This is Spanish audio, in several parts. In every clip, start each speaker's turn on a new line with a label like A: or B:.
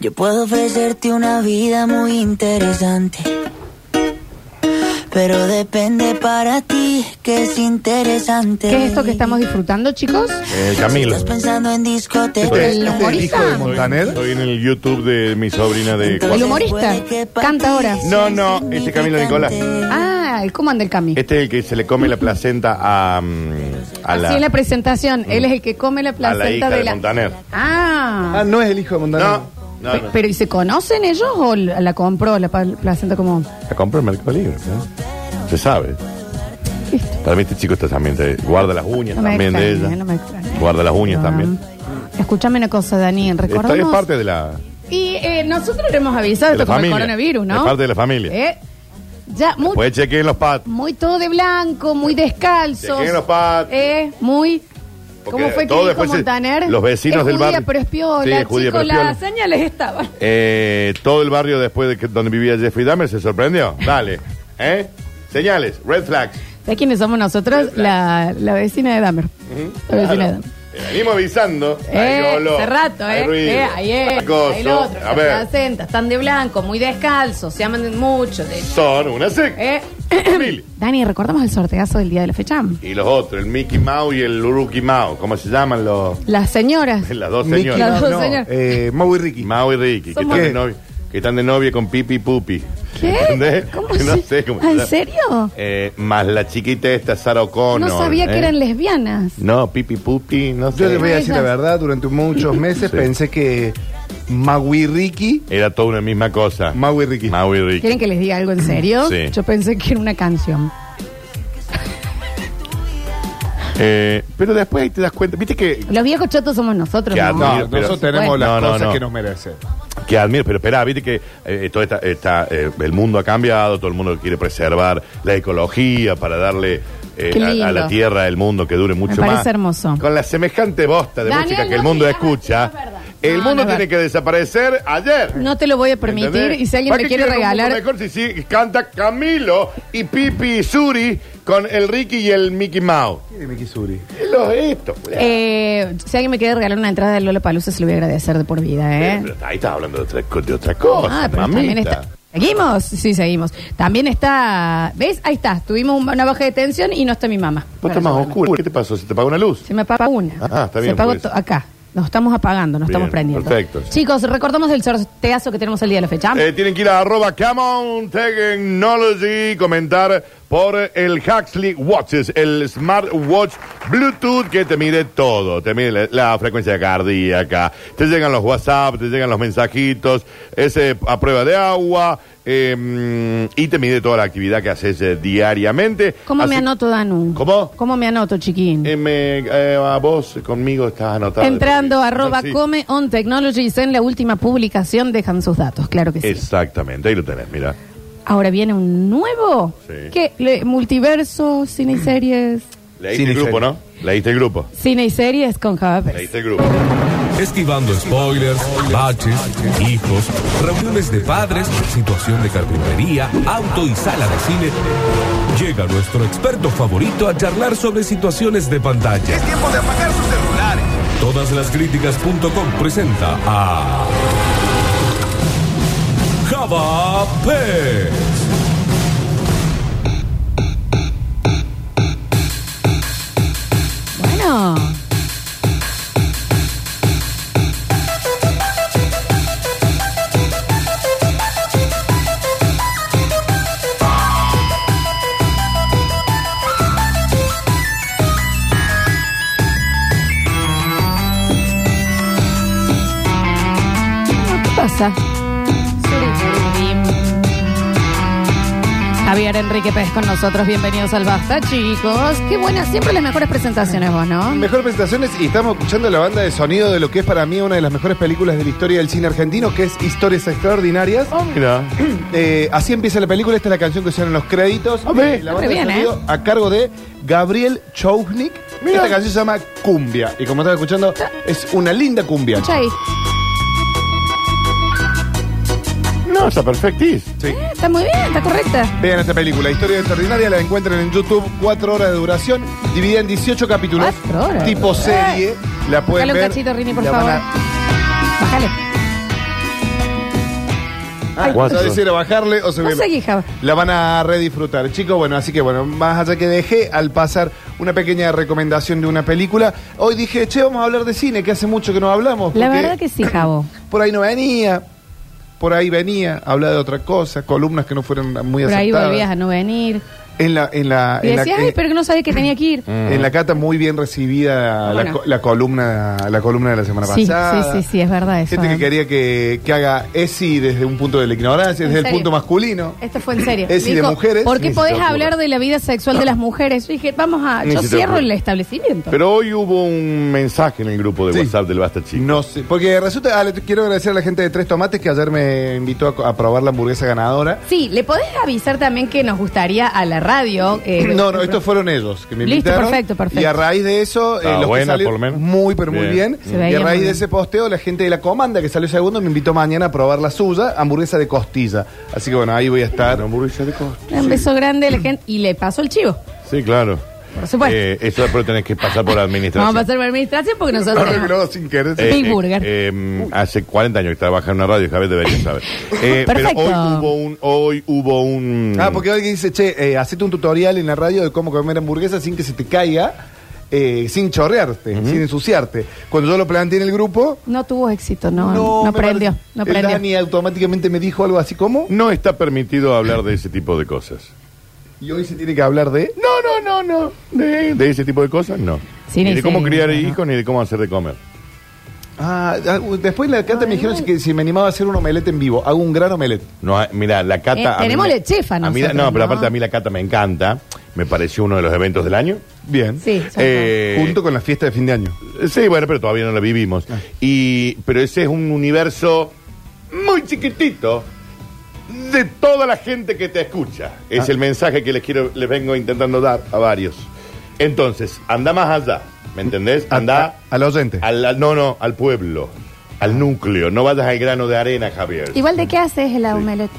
A: Yo puedo ofrecerte una vida muy interesante. Pero depende para ti que es interesante.
B: ¿Qué es esto que estamos disfrutando, chicos?
C: Eh, Camilo.
A: Estás pensando en discoteca.
C: Este-
B: ¿El
C: este
B: humorista?
C: disco de Montaner. Estoy en el YouTube de mi sobrina
A: Entonces
C: de
B: ¿El
C: cuatro.
B: humorista?
A: puede que para
B: Canta
A: ti
B: ahora.
C: No,
A: sea
C: no, ese es Camilo Nicolás.
A: insignificante.
B: Ah, ¿cómo anda el Cami?
C: Este es el que se le come la placenta a, mm, a
B: Así es la
C: la,
B: presentación. Él es el que come la
C: a la
B: placenta
C: hija
B: de
C: de
B: la...
C: Montaner.
B: Ah.
D: Ah, no es el hijo de Montaner.
C: No, no,
B: Pe-
C: no.
B: Pero ¿y se conocen ellos o la la compró la pa- placenta como...
C: La compró en Mercado Libre. ¿no? Se sabe. Para mí este chico está también. te- Guarda las uñas
B: No me
C: también de
B: extraña,
C: ella.
B: no me extraña.
C: Guarda las uñas
B: Ah.
C: también.
B: Escúchame una cosa, Daniel.
C: Esta es
B: Recordamos...
C: parte de la,
B: Y eh, nosotros le hemos avisado
C: de
B: esto
C: la
B: como el
C: familia.
B: coronavirus, ¿no?
C: Es parte de la familia.
B: Eh, Ya, muy,
C: Pues chequen los patos.
B: muy todo de blanco, muy descalzos.
C: Chequen los patos.
B: Eh, muy...
C: Porque
B: ¿Cómo fue que
C: todo
B: dijo
C: después se-
B: Montaner?
C: los vecinos
B: Es
C: del
B: judía,
C: barrio.
B: pero es piola,
C: Sí, es judía,
B: chicos,
C: pero es piola.
B: las señales estaban.
C: Eh, todo el barrio después de que, donde vivía Jeffrey Dahmer se sorprendió. Dale. ¿Eh? Señales, red flags.
B: ¿Sabes quiénes somos nosotros? La, la vecina de Dahmer. La vecina de
C: Claro.
B: Dahmer.
C: Te venimos avisando.
B: Eh,
C: Hay olor,
B: hace rato,
C: hay
B: eh.
C: ruido,
B: eh, ahí
C: hay
B: es.
C: coso.
B: Ahí lo otro.
C: A
B: las
C: ver,
B: placentas, están de blanco, muy descalzos, se aman mucho. De hecho.
C: son una secta.
B: Eh,
C: Familia.
B: Dani, recordamos el sorteazo del día de la fecha.
C: Y los otros, el Mickey Mouse y el Uruki Mouse. ¿Cómo se llaman los?
B: Las señoras.
C: Las dos
D: Mickey,
B: Las
C: señoras.
B: dos
D: no,
B: señoras.
D: eh, Mau y Ricky.
C: Mau y Ricky, que
B: Somos-
C: están, de
D: ¿Qué?
C: novia, que están de novia con Pipi y Pupi.
B: ¿Qué?
C: ¿Entendés?
B: ¿Cómo
C: no
B: se-
C: sé cómo
B: ¿Ah, en
C: se
B: serio?
C: llama. Eh, más la chiquita esta, Sara O'Connor.
B: no sabía que
C: ¿eh?
B: eran lesbianas.
C: No, Pipi Pupi, no
D: Yo les voy a
C: sé.
D: decir la verdad, durante muchos meses
C: Sí.
D: pensé que Mau y Ricky,
C: Era toda una misma cosa.
D: Mau y Ricky.
C: Mau y Ricky.
B: ¿Quieren que les diga algo en serio?
C: Sí.
B: Yo pensé que era una canción.
C: Eh, pero después ahí te das cuenta, viste que,
B: Los viejos chotos somos nosotros.
C: Que
B: ¿no?
C: admiro.
D: No, nosotros
C: Pero-
D: tenemos las
C: No, no,
D: cosas
C: no.
D: que nos merecen.
C: que admiro, pero esperá, viste que eh, todo esta, esta, eh, el mundo ha cambiado, todo el mundo quiere preservar la ecología para darle eh,
B: Qué
C: a, a
B: lindo.
C: la tierra el mundo que dure mucho
B: parece
C: más.
B: hermoso.
C: Con la semejante bosta de
B: Daniel,
C: música que el
B: no
C: mundo
B: digas,
C: escucha,
B: no es verdad.
C: el
B: No,
C: mundo
B: no es
C: tiene
B: verdad.
C: que desaparecer ayer.
B: No te lo voy a permitir.
C: ¿Entendés?
B: Y si alguien
C: ¿Para
B: me
C: qué
B: quiere
C: quieren un mundo
B: regalar.
C: Mejor si sí, canta Camilo y Pipi y Suri con el Ricky y el Mickey Mouse.
D: ¿Qué es Mickey Suri?
C: ¿Qué es lo de esto?
B: Eh, si alguien me quiere regalar una entrada de Lola Palusa, se lo voy a agradecer de por vida, ¿eh?
C: Pero, pero ahí estás hablando de otra, co- de otra cosa,
B: Ah, pero también
C: mamita.
B: está. ¿Seguimos? Sí, seguimos. También está. ¿Ves? Ahí está. Tuvimos un- una baja de tensión y no está mi mamá.
C: Vos estás más oscuro. ¿Qué te pasó? ¿Se te apagó una luz?
B: Se me apaga una.
C: Ah, está bien,
B: Se apagó
C: pues.
B: to- acá. Nos estamos apagando, nos
C: Bien,
B: estamos prendiendo.
C: perfecto.
B: Chicos, recordamos el sorteazo que tenemos el día de la fecha.
C: Eh, tienen que ir a arroba Camon Technology y comentar por el Huxley Watches, el smartwatch Bluetooth que te mide todo. Te mide la, la frecuencia cardíaca, te llegan los WhatsApp, te llegan los mensajitos, ese a prueba de agua eh, y te mide toda la actividad que haces eh, diariamente.
B: ¿Cómo me
C: Así-
B: anoto, Danu?
C: ¿Cómo?
B: ¿Cómo me anoto, chiquín?
C: Eh, me- eh, a vos conmigo estás anotado.
B: Entrando
C: Porque-
B: arroba
C: Sí.
B: come on technologies en la última publicación dejan sus datos, claro que sí.
C: Exactamente, ahí lo tenés, mira.
B: Ahora viene un nuevo
C: Sí.
B: que le- multiverso, cine y series.
C: Leíste
D: Sin
C: el grupo,
D: diferencia.
C: ¿no? Leíste el grupo.
B: Cine y series con Java Pérez.
C: Leíste el grupo.
E: Esquivando spoilers, baches, hijos, reuniones de padres, situación de carpintería, auto y sala de cine. Llega nuestro experto favorito a charlar sobre situaciones de pantalla. Es tiempo de apagar sus celulares. Todaslascríticas.com presenta a Java Pérez.
B: Bueno. ¿Qué pasa? Javier Enrique Pérez con nosotros, bienvenidos al Basta, chicos. Qué buenas, siempre las mejores presentaciones vos, ¿no?
D: Mejores presentaciones y estamos escuchando la banda de sonido de lo que es para mí una de las mejores películas de la historia del cine argentino, que es Historias Extraordinarias.
C: Mira.
D: Eh, así empieza la película, esta es la canción que suena en los créditos.
C: Hombre.
D: Eh, la
B: Re
D: banda de
B: bien,
D: sonido a cargo de Gabriel Chouchnik.
C: Mira.
D: Esta canción se llama Cumbia. Y como están escuchando, es una linda cumbia.
B: Escucha ahí.
C: No, está perfectís.
D: Sí.
B: Está muy bien, está correcta.
D: Vean esta película, Historia Extraordinaria, la encuentran en YouTube, cuatro horas de duración, dividida en 18 capítulos.
B: Cuatro horas.
D: Tipo serie. La pueden
B: Bájale un
D: ver.
B: cachito, Rini, por
D: la van
B: favor.
D: a-
B: Bájale. Ay,
C: ¿Cuánto?
D: ¿Sabes si era Ah, bajarle o subirle?
B: No seguí, Java.
D: La van a redisfrutar. Chicos, bueno, así que bueno, más allá que dejé al pasar una pequeña recomendación de una película, hoy dije, che, vamos a hablar de cine, que hace mucho que no hablamos.
B: La
D: porque
B: verdad que sí, Javo.
D: Por ahí no venía, por ahí venía, hablaba de otra cosa, columnas que no fueron muy
B: Por ahí
D: aceptadas.
B: volvías a no venir.
D: En la, en la,
B: Y
D: Ah, en la- Ah,
B: decías,
D: en-
B: ay, pero que no sabía que tenía que ir.
D: en la cata muy bien recibida la,
B: Ah, Bueno.
D: co- la columna la columna de la semana
B: Sí,
D: pasada.
B: sí, sí, sí, es verdad eso,
D: Gente
B: eh.
D: que quería que, que haga ESI desde un punto de la ignorancia,
B: ¿En
D: desde el
B: serio?
D: punto masculino.
B: Esto fue en serio.
D: Es y de
B: Dijo,
D: mujeres,
B: ¿Por qué
D: ni se
B: podés
D: te ocurra.
B: hablar de la vida sexual de las mujeres? Yo dije, vamos a.
C: Ni
B: Yo
C: se te
B: cierro
C: ocurra.
B: el establecimiento.
C: Pero hoy hubo un mensaje en el grupo de
D: Sí.
C: WhatsApp del Basta Chico.
D: No sé, porque resulta, ah, le quiero agradecer a la gente de Tres Tomates que ayer me invitó a co- a, probar la hamburguesa ganadora.
B: Sí, ¿le podés avisar también que nos gustaría a la radio? eh,
D: No, no, estos fueron ellos que me
B: Listo,
D: invitaron.
B: perfecto, perfecto.
D: Y a raíz de eso, eh,
C: Ah,
D: los que
C: buena,
D: salieron
C: por lo menos.
D: muy, pero muy
C: Bien.
D: bien.
B: Se
D: Y
B: veía
D: a
B: muy
D: raíz de
B: bien.
D: ese posteo, la gente de la comanda que salió segundo me invitó mañana a probar la suya, hamburguesa de costilla. Así que bueno, ahí voy a estar.
C: hamburguesa de costo.
B: Un beso grande a la gente. Y le pasó el chivo.
C: Sí, claro.
B: Por supuesto.
C: Eh, eso después tenés que pasar por administración.
B: Vamos a pasar por administración porque nosotros.
D: Ahora que lo hago sin querer.
B: Eh, Big Burger.
C: eh, hace 40 años que trabaja en una radio, Javier debería saber. Eh, pero
B: Perfecto.
C: hoy hubo un. Hoy hubo un
D: Ah, porque alguien dice, che, eh, hacete un tutorial en la radio de cómo comer hamburguesa sin que se te caiga, eh, sin chorrearte, sin ensuciarte. Cuando yo lo planteé en el grupo,
B: No tuvo éxito, no,
D: me
B: no, prendió,
D: parece-
B: no
D: el
B: prendió.
D: Dani automáticamente me dijo algo así como,
C: No está permitido hablar de ese tipo de cosas.
D: y hoy se tiene que hablar de...
C: No, no, no, no. De, de ese tipo de cosas, no.
B: Sí,
C: ni
B: ni
C: de cómo
B: sé,
C: criar
B: no, no.
C: hijos, ni de cómo hacer de comer.
D: Ah, ah, u- después la cata me dijeron que si me animaba a hacer un omelette en vivo, hago un gran omelette.
C: No, ah, mira, la cata.
B: Eh,
C: a mí
B: tenemos
C: me-
B: lechefa
C: a mí la-
B: nosotros,
C: No,
B: ¿no?
C: pero aparte a mí la cata me encanta. Me pareció uno de los eventos del año.
D: Bien.
B: Sí, son
C: Eh,
D: Junto con Ah. la fiesta de fin de año.
C: Sí, bueno, pero todavía no la vivimos. Y, pero ese es un universo muy chiquitito de toda la gente que te escucha. Es
D: Ah.
C: el mensaje que les quiero, les vengo intentando dar a varios. Entonces, anda más allá, ¿me entendés? Anda
D: A- Al oyente.
C: al, al- no, no, al pueblo, al núcleo. No vayas al grano de arena, Javier.
B: Igual de qué haces el omelette.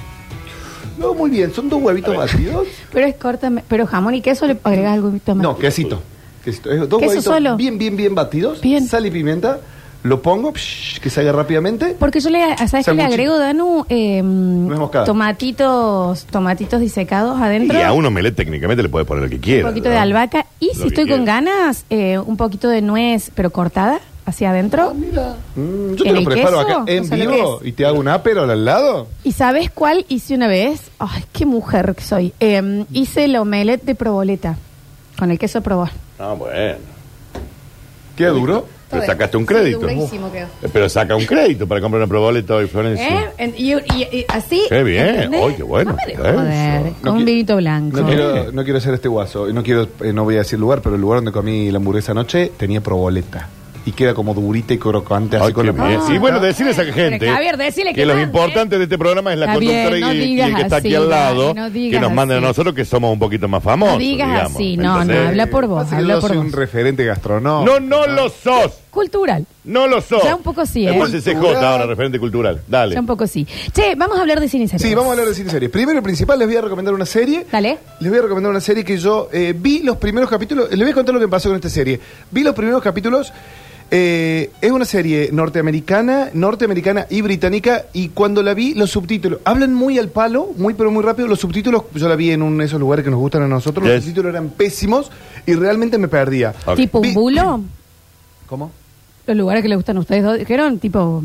D: No, muy bien, son dos huevitos batidos.
B: Pero es corta, pero jamón y queso le agregas algo más.
D: No, quesito. quesito. Es Dos
B: ¿Queso
D: huevitos
B: solo?
D: bien, bien, bien batidos.
B: Bien.
D: Sal y pimienta. Lo pongo, psh, que salga rápidamente.
B: Porque yo le, ¿sabes que le
D: Sanguchito.
B: agrego, Danu? Eh,
D: moscada.
B: tomatitos, tomatitos disecados adentro.
C: Y a un omelette técnicamente le puedes poner lo que
B: un
C: quieras.
B: poquito de
C: ¿no?
B: albahaca. Y
C: Lo
B: si
C: que
B: estoy con
C: quieras.
B: ganas, eh, un poquito de nuez, pero cortada, hacia adentro.
D: Mm, yo te
B: ¿En
D: lo
B: el
D: preparo
B: queso?
D: acá
B: ¿No
D: en
B: se lo
D: vivo
B: ves?
D: y te hago un apero al lado.
B: ¿Y sabes cuál hice una vez? Ay, qué mujer que soy. Eh, hice el omelette de proboleta, con el queso probol.
C: Ah, bueno.
D: Queda duro.
C: Pero sacaste un
B: Sí,
C: crédito.
B: durísimo quedó.
C: Eh, Pero saca un crédito para comprar una proboleta hoy, Florencia.
B: ¿Eh? En- Y, y- y así.
C: Qué bien.
B: ¿entendés?
C: Ay, qué bueno.
B: No me dejes
C: Eso.
B: joder,
C: No
B: con un
D: qui-
B: vinito blanco.
D: No quiero, no quiero ser este guaso. y No quiero, eh, no voy a decir lugar, pero el lugar donde comí la hamburguesa anoche tenía proboleta. Y queda como durita y crocante así
C: Ay,
D: con
C: qué
D: la
C: bien.
B: Ah.
D: pancita.
C: Y bueno, decirle a esa gente
B: Javier, decile
C: que,
B: que
C: los
B: mande. ¿eh?
C: importantes de este programa es la
B: Está bien,
C: conductora y-
B: no
C: y,
B: digas
C: el que está aquí
B: así,
C: al lado,
B: Dani, no
C: que
B: digas
C: nos manden
B: así.
C: a nosotros que somos un poquito más famosos.
B: No digas
C: digamos.
B: así, no,
C: Entonces,
B: no, habla por vos,
D: Pasa que
B: habla
D: yo
B: por
D: soy
B: vos.
D: un referente gastronómico.
C: No, no lo sos.
B: Cultural.
C: No lo sos.
B: Ya un poco sí,
C: Es
B: ¿eh?
C: por CCJ ahora, referente cultural. Dale.
B: Ya un poco sí. Che, vamos a hablar de cine y series.
D: Sí, vamos a hablar de cine series. Primero y principal, les voy a recomendar una serie.
B: Dale.
D: Les voy a recomendar una serie que yo eh, vi los primeros capítulos. Les voy a contar lo que me pasó con esta serie. Vi los primeros capítulos. eh, es una serie norteamericana, norteamericana y británica. Y cuando la vi, los subtítulos hablan muy al palo, muy pero muy rápido. Los subtítulos, yo la vi en uno de esos lugares que nos gustan a nosotros.
C: Yes. Ah.
D: Los subtítulos eran pésimos y realmente me perdía.
C: Ok.
B: Tipo
D: Vi-
B: un bulo.
D: ¿Cómo?
B: Los lugares que le gustan a ustedes dos dijeron, tipo.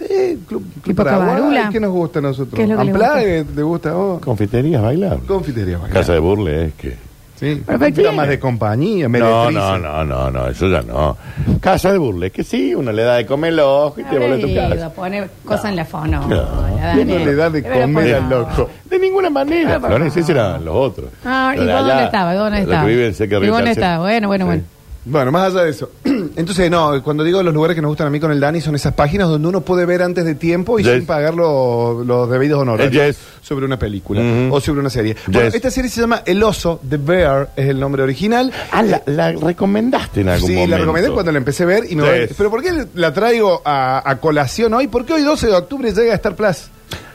D: Eh, Club, Club
B: Tipo
D: Paraguay,
B: Cabarula.
D: ¿Qué nos gusta a nosotros?
B: ¿Qué es lo que le gusta?
D: Amplague, ¿Te gusta a vos?
C: Confiterías bailables.
D: Confitería. vaya.
C: Casa de burle es que.
D: Sí.
B: Perfecto.
D: Era más de compañía,
C: No,
D: meretriz.
C: no, no, no, no, eso ya no. Casa de burle, que sí, uno le da de comer el ojo y te vuelve a tu casa.
B: Pone cosas en la fono.
C: No.
B: la
D: ¿Quién no
B: Dani.
D: le da de
B: Pero por
D: comer al
B: favor.
D: loco?
C: De ninguna manera. Florencia, esos eran los otros.
B: Ah, ¿y
C: Los de
B: vos dónde
C: allá,
B: estaba?
C: los
B: ¿Dónde
C: que
B: estaba?
C: viven cerca de
B: ¿Y
C: Río
B: dónde
C: Tercero.
B: estaba? Bueno, bueno, bueno.
D: Bueno, más allá de eso. Entonces, no, cuando digo los lugares que nos gustan a mí con el Dani son esas páginas donde uno puede ver antes de tiempo y
C: Yes.
D: sin pagar lo- los debidos honorarios
C: Eh, yes.
D: sobre una película
C: Mhm.
D: o sobre una serie. Bueno,
C: Yes.
D: esta serie se llama El Oso, The Bear es el nombre original.
C: Ah, la, la recomendaste en algún
D: Sí,
C: momento.
D: la recomendé cuando la empecé a ver y me
C: Yes.
D: Pero ¿por qué la traigo a, a colación hoy? Porque hoy 12 de octubre llega a Star Plus.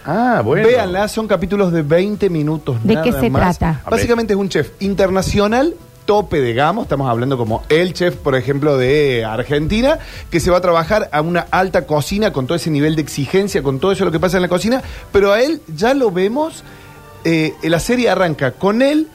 C: Ah, bueno.
D: Véanla, son capítulos de 20 minutos.
B: ¿De
D: nada
B: qué se
D: más.
B: trata?
C: A ver.
D: Básicamente es un chef internacional tope de gama, estamos hablando como el chef, por ejemplo, de Argentina, que se va a trabajar a una alta cocina con todo ese nivel de exigencia, con todo eso lo que pasa en la cocina, pero a él ya lo vemos, eh, la serie arranca con él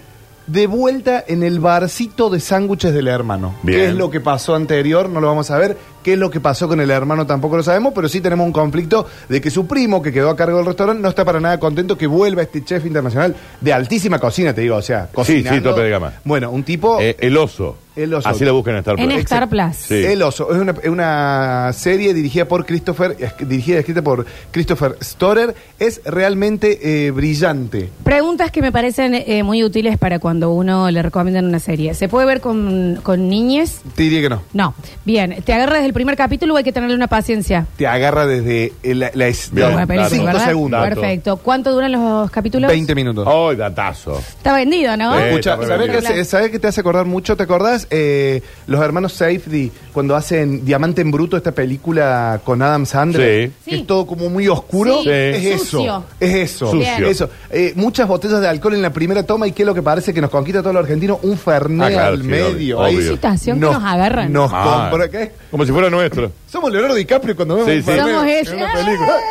D: de vuelta en el barcito de sándwiches del hermano.
C: Bien.
D: ¿Qué es lo que pasó anterior? No lo vamos a ver. ¿Qué es lo que pasó con el hermano? Tampoco lo sabemos, pero sí tenemos un conflicto de que su primo, que quedó a cargo del restaurante, no está para nada contento que vuelva este chef internacional de altísima cocina, te digo, o sea, cocinando.
C: sí, tope de gama.
D: Bueno, un tipo...
C: Eh, el oso.
D: El oso.
C: Así la buscan en Star
B: En
C: Plus.
B: Star Plus.
C: Sí.
D: El oso. Es una, es una serie dirigida por Christopher, es- dirigida y escrita por Christopher Storer. Es realmente eh, brillante.
B: Preguntas que me parecen eh, muy útiles para cuando uno le recomiendan una serie. ¿Se puede ver con, con niñes?
D: Te diría que no.
B: No. Bien, ¿te agarra desde el primer capítulo o hay que tenerle una paciencia?
D: Te agarra desde eh, la, la, es-
C: Bien,
B: Como la película,
D: cinco
B: ¿verdad?
D: segundos.
C: Dato.
B: Perfecto. ¿Cuánto duran los capítulos?
D: 20 minutos.
C: ¡Ay, datazo!
B: Está vendido, ¿no?
C: Sí. Eh,
D: Escucha,
C: está
D: ¿sabés
C: bien.
D: que, hace- sabés que te hace acordar mucho? ¿Te acordás? Eh, los hermanos Safety, cuando hacen Diamante en Bruto, esta película con Adam Sandler,
C: Sí.
B: Sí.
D: que es todo como muy oscuro.
B: Sí,
D: Es
B: sucio.
D: eso. Es eso.
C: Sucio. Bien.
D: Eso. Eh, muchas botellas de alcohol en la primera toma y que es lo que parece que nos conquista todo lo argentino, un
C: Ah,
D: Fernet
C: claro,
D: al
C: sí,
D: medio.
C: obvio,
D: Ahí
C: obvio.
D: sí.
B: Situación que nos agarran.
D: Nos
C: Ah.
D: compra- ¿qué?
C: Como si fuera nuestro.
D: Somos Leonardo DiCaprio cuando vemos
C: Sí,
D: un
C: sí.
D: Fernet
B: Somos
D: en
B: ellos.
D: una película.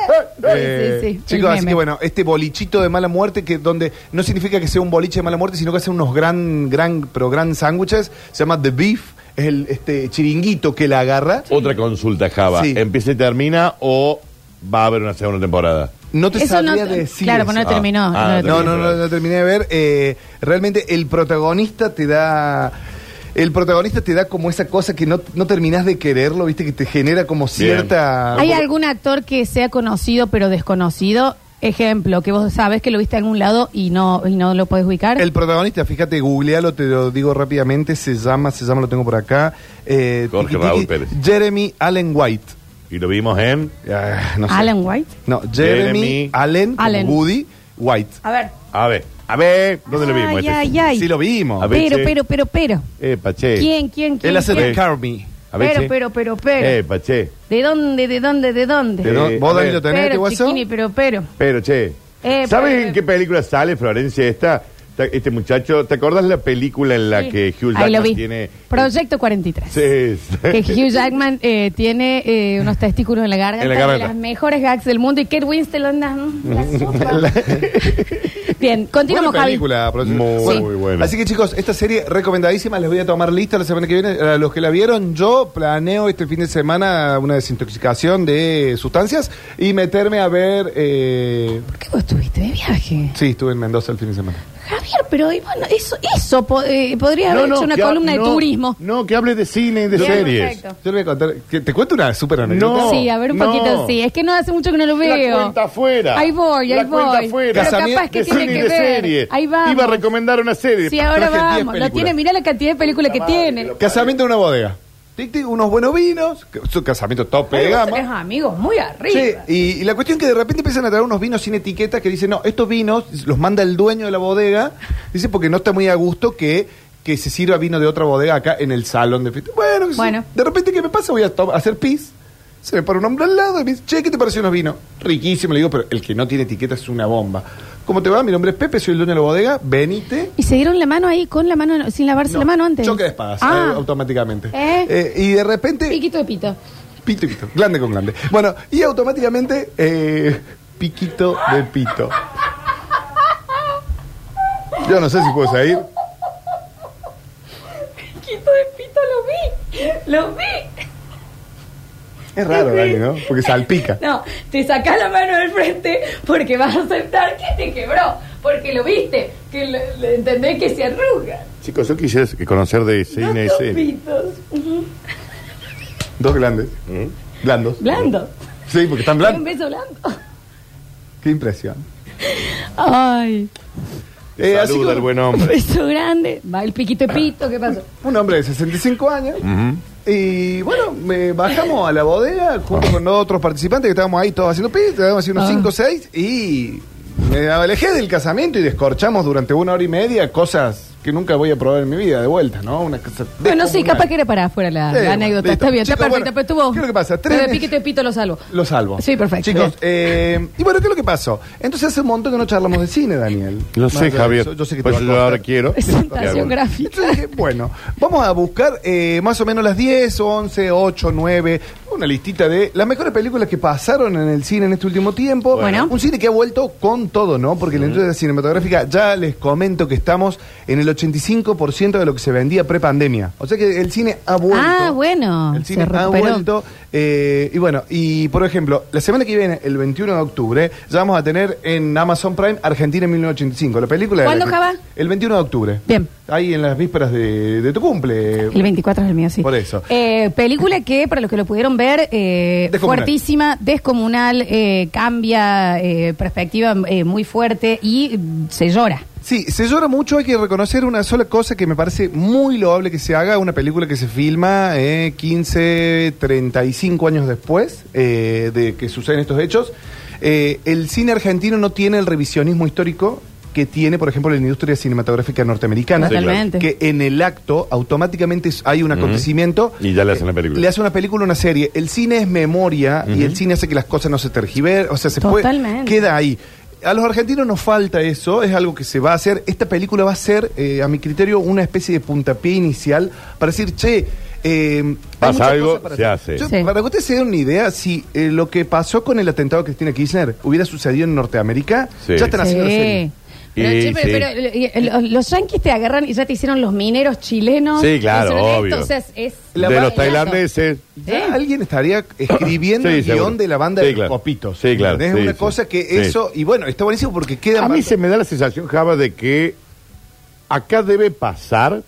D: Eh,
B: Sí, sí, sí,
D: Chicos,
B: el
D: así
B: meme.
D: que bueno, este bolichito de mala muerte, que donde no significa que sea un boliche de mala muerte, sino que hace unos gran, gran, pero gran sándwiches, se llama The Beef, es el este chiringuito que la agarra.
C: Otra consulta, Java.
D: Sí.
C: ¿Empieza y termina o va a haber una segunda temporada?
D: No te
B: Eso no,
D: sabría decir.
B: claro,
D: eso.
B: pues no
C: eso.
B: terminó.
C: Ah,
B: no
C: ah,
B: terminó.
D: No, no, no, no terminé de ver. Eh, realmente el protagonista te da. El protagonista te da como esa cosa que no, no terminás de quererlo, viste, que te genera como cierta.
B: ¿Hay algún actor que sea conocido pero desconocido? Ejemplo, que vos sabes que lo viste en algún lado y no, y no lo puedes ubicar.
D: El protagonista, fíjate, googlealo, te lo digo rápidamente, se llama, se llama, lo tengo por acá. eh,
C: Jorge
D: tiqui, tiqui,
C: Raúl Pérez.
D: Jeremy Allen White.
C: Y lo vimos en...
D: Ah, no sé.
B: Alan White.
D: No, Jeremy,
C: Jeremy
D: Allen, como
B: Allen.
D: Woody White.
B: A ver.
C: A ver, a ver, ¿dónde lo vimos?
B: Ay,
C: este?
B: ay, ay.
D: Sí, lo vimos.
C: A ver,
B: pero,
C: che.
B: pero, pero, pero.
C: Epa, che.
B: ¿Quién, quién, quién?
D: Él hace de
B: quién?
D: Carmi.
C: A ver,
B: Pero,
C: che.
B: pero, pero, pero.
C: Epa, che.
B: ¿De dónde, de dónde, de dónde?
D: ¿De dónde?
C: Eh,
D: ¿Vos,
C: a
D: Dani,
C: ver.
D: lo tenés, este
B: pero,
D: guaso?
B: chiquini, pero, pero.
C: Pero, che.
B: Eh,
C: ¿Sabes
B: pero-
C: en qué película sale Florencia esta? Ta- Este muchacho, ¿te acordás la película en la
B: Sí.
C: que Hugh
B: Ahí lo
C: Jackman
B: vi.
D: eh,
C: tiene...
B: Proyecto 43.
C: Sí, sí.
B: Que Hugh Jackman eh, tiene eh, unos testículos en la garganta.
C: En la garganta.
B: de Las mejores gags del mundo. Y Kate Winslet anda. mm, la sopa. Bien, continuamos,
D: Buena
B: Javi.
D: película, profesor.
C: Muy
D: Bueno,
C: buena.
D: Así que chicos, esta serie recomendadísima, les voy a tomar lista la semana que viene. A los que la vieron, yo planeo este fin de semana una desintoxicación de sustancias y meterme a ver... eh,
B: ¿Por qué vos estuviste de viaje?
D: Sí, estuve en Mendoza el fin de semana.
B: Javier, pero eh, bueno, eso, eso po- eh, podría haber hecho una
C: que ha-
B: columna de
C: no,
B: turismo.
C: No, que hable de cine y de
B: Bien,
C: series.
B: perfecto.
D: Yo le voy a contar. que- ¿Te cuento una súper anécdota?
C: No,
B: sí, a ver un
C: no.
B: poquito, sí. Es que no hace mucho que no lo
C: La
B: veo.
C: cuenta afuera.
B: Ahí voy, ahí
C: La
B: voy.
C: cuenta afuera.
B: Pero
D: Casamiento
B: capaz que
C: de
B: tiene
C: cine y
B: que
C: de
B: ver.
C: serie.
B: Ahí va.
C: Iba a recomendar una serie.
B: Sí, ahora
D: Traje diez
B: vamos. Lo
D: películas.
B: tiene, mirá la cantidad de películas que tiene.
D: Casamiento en una bodega. Tic, tic, unos buenos vinos. que- Su casamiento tope de
B: Tenemos tres
D: gama.
B: amigos muy arriba.
D: Sí, y, y la cuestión que de repente empiezan a traer unos vinos sin etiqueta que dicen, no, estos vinos los manda el dueño de la bodega. Dice, porque no está muy a gusto que, que se sirva vino de otra bodega acá en el salón de fiesta. Bueno, qué sé yo.
B: Bueno.
D: de repente, ¿qué me pasa? Voy a, to- a hacer pis. Se me para un hombre al lado y me dice, che, ¿qué te pareció unos vinos? Riquísimo, le digo, pero el que no tiene etiqueta es una bomba. ¿Cómo te va? Mi nombre es Pepe, soy el dueño de la bodega, venite.
B: Y se dieron la mano ahí con la mano, sin lavarse la mano antes.
D: Choque de espadas,
B: Ah.
D: eh, automáticamente.
B: ¿Eh?
D: Eh, y de repente.
B: Piquito de pito.
D: Pito y pito. Glande con glande. Bueno, y automáticamente. eh, piquito de pito. Yo no sé si puedo salir.
B: Piquito de pito lo vi. Lo vi.
D: Es raro, Dani, ¿no? Porque salpica.
B: No, te sacás la mano del frente porque vas a aceptar que te quebró. Porque lo viste. Que lo, lo entendés que se arruga.
C: Chicos, yo quisiera conocer de cine y
B: Dos
C: serie.
B: pitos.
D: Dos glandes. Blandos.
B: Blando.
D: Sí, porque están
B: Un
D: blandos.
B: beso blando.
D: Qué impresión.
B: Ay.
C: Te
D: Eh, así
C: saluda
D: como-
C: el buen
B: Un
C: hombre.
B: beso grande. Va el piquito de pito. ¿Qué pasó?
D: Un hombre de 65 años. Y bueno, me bajamos a la bodega junto con otros participantes que estábamos ahí todos haciendo pis, estábamos haciendo
B: Ah.
D: unos 5 o 6 y me alejé del casamiento y descorchamos durante una hora y media cosas que nunca voy a probar en mi vida de vuelta, ¿no? Una cosa
B: Bueno, sí,
D: descomunal.
B: capaz que era para afuera la,
D: Sí,
B: la anécdota.
D: listo.
B: Está bien, está
D: Chicos,
B: perfecta.
D: bueno,
B: pero estuvo.
D: ¿qué es lo que pasa?
B: Pero de
D: Trenes-
B: piquete pito lo salvo.
D: Lo salvo.
B: Sí, perfecto.
D: Chicos,
B: Bien.
D: eh, y bueno, ¿qué es lo que pasó? Entonces hace un montón que no charlamos de cine, Daniel.
C: Lo
D: Más allá
C: sé,
D: de
C: Javier. Pues
D: eso, Yo sé que te
C: Por
D: va a
C: eso yo ahora
D: costar.
C: quiero.
B: Presentación
C: Claro.
B: gráfica.
D: Entonces dije, bueno, vamos a buscar eh, más o menos las 10, 11, 8, 9, una listita de las mejores películas que pasaron en el cine en este último tiempo.
B: Bueno.
D: Un cine que ha vuelto con todo, ¿no? Porque la industria cinematográfica, ya les comento que estamos en el 85% de lo que se vendía pre-pandemia. O sea que el cine ha vuelto.
B: Ah, bueno,
D: El cine
B: se
D: ha
B: recuperó.
D: vuelto. eh, y bueno, y por ejemplo, la semana que viene, el 21 de octubre, ya vamos a tener en Amazon Prime Argentina en 1985. La película de la
B: ¿Cuándo
D: que-
B: acaba?
D: El 21 de octubre.
B: Bien.
D: Ahí en las vísperas de, de tu cumple.
B: El 24 es el mío, sí.
D: Por eso.
B: Eh, película que, para los que lo pudieron ver, eh,
D: Descomunal.
B: fuertísima, descomunal, eh, cambia eh, perspectiva eh, muy fuerte y mm, se llora.
D: Sí, se llora mucho, hay que reconocer una sola cosa que me parece muy loable que se haga, una película que se filma eh, 15, 35 años después eh, de que suceden estos hechos. Eh, el cine argentino no tiene el revisionismo histórico que tiene, por ejemplo, la industria cinematográfica norteamericana,
C: Sí, claro.
B: Totalmente.
D: que en el acto automáticamente hay un acontecimiento.
C: Y ya le hacen la película.
D: Le hacen una película, una serie. El cine es memoria y
C: Ujú.
D: el cine hace que las cosas no se tergiver, o sea, se puede-
B: Totalmente.
D: queda ahí. A los argentinos nos falta eso, es algo que se va a hacer. Esta película va a ser, eh, a mi criterio, una especie de puntapié inicial para decir, che, eh, hay
C: Pasa
D: muchas
C: algo,
D: cosas para
C: se
D: hacer.
C: hace.
D: Yo-
B: Sí.
D: Para que ustedes se den una idea, si eh, lo que pasó con el atentado a Cristina Kirchner hubiera sucedido en Norteamérica,
C: Sí.
D: ya están haciendo la
B: Sí.
D: serie.
B: Pero,
C: Y
B: che, pero-
C: sí.
B: pero, eh, eh, los, los yanquis te agarran y ya te hicieron los mineros chilenos.
C: Sí, claro,
B: Hicieron esto,
C: obvio.
B: o sea, es- es
D: La
C: de
D: banda-
C: los tailandeses.
D: Ya
B: Sí.
D: alguien estaría escribiendo
C: Sí,
D: el
C: seguro.
D: guión de la banda
C: Sí,
D: de
C: claro.
D: Copitos.
C: Sí, claro.
D: Es
C: Sí,
D: una
C: sí.
D: cosa que
C: Sí.
D: eso, y bueno, está buenísimo porque queda
C: A mí
D: más-
C: se me da la sensación, Java, de que acá debe pasar,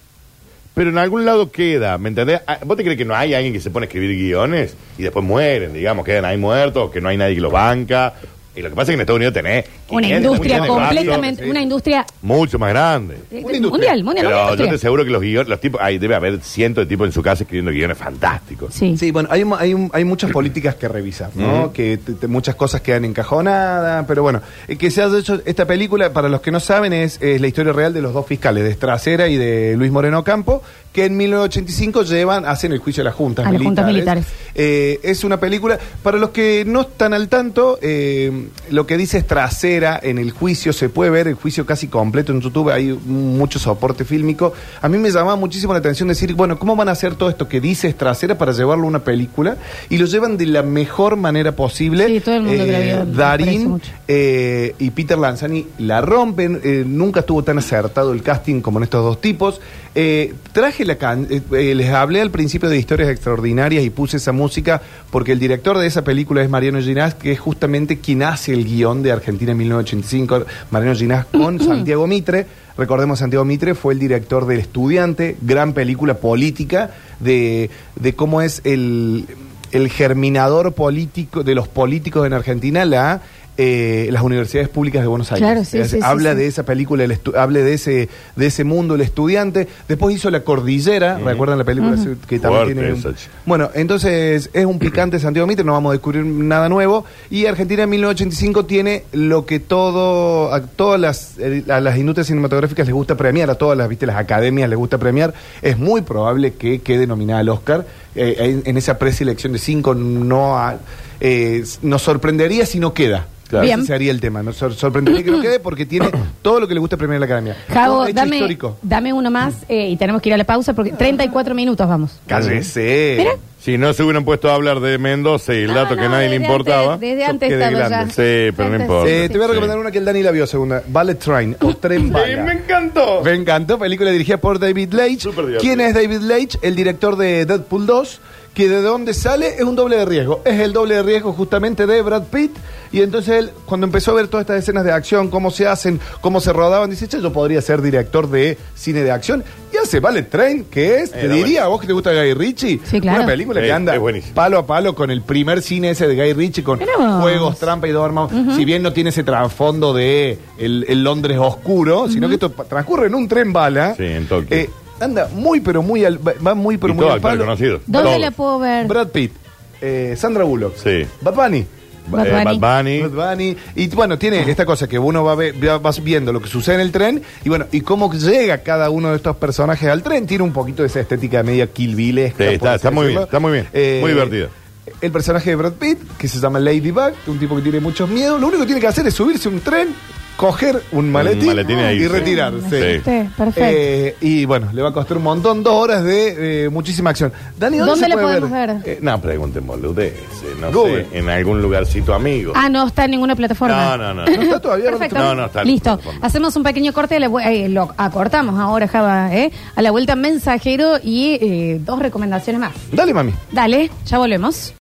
C: pero en algún lado queda, ¿me entendés? Ah, ¿Vos te crees que no hay alguien que se pone a escribir guiones y después mueren, digamos, quedan ahí muertos, que no hay nadie que los banca? Y lo que pasa es que en Estados Unidos tenés...
B: una
C: 500,
B: industria
C: millones de barrios,
B: completamente,
D: sí.
B: una industria
C: Mucho más grande.
B: eh,
D: Una industria.
B: mundial, mundial. una
C: Pero yo
B: industria.
C: te aseguro que los guiones, los tipos, ahí debe haber cientos de tipos en su casa escribiendo guiones fantásticos.
B: Sí.
D: Sí, bueno, hay, un- hay, un- hay muchas políticas que revisar, ¿no?
C: Ujú.
D: Que te- te- muchas cosas quedan encajonadas, pero bueno, eh, que se ha hecho esta película, para los que no saben, es, es la historia real de los dos fiscales, de Estracera y de Luis Moreno Campo, que en 1985 llevan, hacen el juicio de las juntas
B: A las
D: militares.
B: juntas militares.
D: Eh, es una película, para los que no están al tanto, eh, lo que dice Estracera en el juicio, se puede ver el juicio casi completo en YouTube, hay mucho soporte fílmico. A mí me llamaba muchísimo la atención decir, bueno, ¿cómo van a hacer todo esto que dice Estracera para llevarlo a una película? Y lo llevan de la mejor manera posible. Eh,
B: Sí, todo el mundo que la vio, me parece
D: Darín
B: mucho.
D: eh, y Peter Lanzani la rompen, eh, nunca estuvo tan acertado el casting como en estos dos tipos. Eh, traje la can eh, eh, les hablé al principio de historias extraordinarias y puse esa música porque el director de esa película es Mariano Ginás, que es justamente quien hace el guión de Argentina en 1985, Mariano Ginás con Santiago Mitre. Recordemos, Santiago Mitre fue el director del Estudiante, gran película política de, de cómo es el, el germinador político de los políticos en Argentina, la eh, las universidades públicas de Buenos Aires.
B: Claro, sí,
D: Es-
B: sí, sí,
D: habla
B: sí.
D: de esa película, el estu- habla de ese, de ese mundo, el estudiante. Después hizo La Cordillera, ¿recuerdan la película que también
C: Fuerte
D: tiene un-
C: esa, che.
D: Bueno, entonces es un picante Santiago Mitre, no vamos a descubrir nada nuevo. Y Argentina en 1985 tiene lo que todo, a todas las, eh, a las industrias cinematográficas les gusta premiar, a todas las, viste, las academias les gusta premiar. Es muy probable que quede nominada al Oscar eh, en, en esa preselección de cinco. No ha- eh, nos sorprendería si no queda.
C: Claro.
B: Bien.
D: Ese sería el tema. Nos sor- sorprendería que no quede porque tiene todo lo que le gusta premiar a la academia.
B: Javo,
D: Un hecho
B: dame,
D: histórico.
B: dame uno más eh, y tenemos que ir a la pausa porque 34 minutos vamos.
D: Cállese.
B: Mira.
C: Si no se hubieran puesto a hablar de Mendoza y el dato
B: No,
C: que
B: no,
C: nadie le
B: desde
C: importaba.
B: antes- desde
D: yo
B: antes
D: quedé
B: estaba ya.
D: grande.
C: Sí, pero no
B: Antes-
C: importa.
D: Eh, te voy a
C: Sí.
D: recomendar una que el Dani la vio segunda, Ballet Train o Tren
C: Sí,
D: Bala.
C: me encantó.
D: Me encantó, película dirigida por David Leitch.
C: Súper divertido.
D: ¿Quién es David Leitch? El director de Deadpool 2, que de dónde sale es un doble de riesgo. Es el doble de riesgo justamente de Brad Pitt. Y entonces él, cuando empezó a ver todas estas escenas de acción, cómo se hacen, cómo se rodaban, dice, che, yo podría ser director de cine de acción. Y hace Ballet Train, que es, te
C: Era
D: diría,
C: bueno.
D: a vos que te gusta Guy Ritchie,
B: Sí, claro.
D: una película
C: Eh, Sí,
D: que anda
C: es buenísimo.
D: palo a palo con el primer cine ese de Guy Ritchie, con
B: Mirá vos.
D: juegos, trampa y dorma. Si bien no tiene ese trasfondo de el, el Londres oscuro, sino que esto pa- transcurre en un tren bala.
C: Sí, en Tokio.
D: Eh, anda muy, pero muy al, va va muy, pero
C: Y
D: muy
C: todo
D: al
C: actor
D: palo.
C: conocido.
B: ¿Dónde
C: Todo.
B: la puedo ver?
D: Brad Pitt, eh, Sandra Bullock,
C: Sí.
D: Bad Bunny,
B: Bad
C: eh,
B: Bunny.
C: Bad Bunny.
D: Bad Bunny. Y bueno, tiene esta cosa que uno va, ve- va- vas viendo lo que sucede en el tren y bueno, y cómo llega cada uno de estos personajes al tren. Tiene un poquito de esa estética media kilvilesca.
C: Sí, está-
D: por así
C: está muy bien,
D: decirlo. Eh,
C: está muy bien. Muy divertido.
D: El personaje de Brad Pitt, que se llama Ladybug, un tipo que tiene muchos miedos, lo único que tiene que hacer es subirse a un tren, coger un maletín,
C: maletín ahí,
D: y
C: sí.
D: retirarse.
C: Sí.
B: Sí, perfecto.
D: Eh, y bueno, le va a costar un montón, dos horas de eh, muchísima acción. Dani, ¿dónde,
B: ¿Dónde
D: se
B: la
D: puede
B: podemos ver?
C: Eh, no, pregunten boludeces, no
D: Google.
C: sé, en algún lugarcito amigo.
B: Ah, no está en ninguna plataforma.
C: no, no, no.
D: ¿No está todavía?
B: Perfecto.
C: No, no está en
B: Listo.
C: plataforma.
B: Hacemos un pequeño corte. a la vu- eh, lo acortamos ahora, Java. ¿eh? A la vuelta, mensajero y eh, dos recomendaciones más.
D: Dale, mami.
B: Dale, ya volvemos.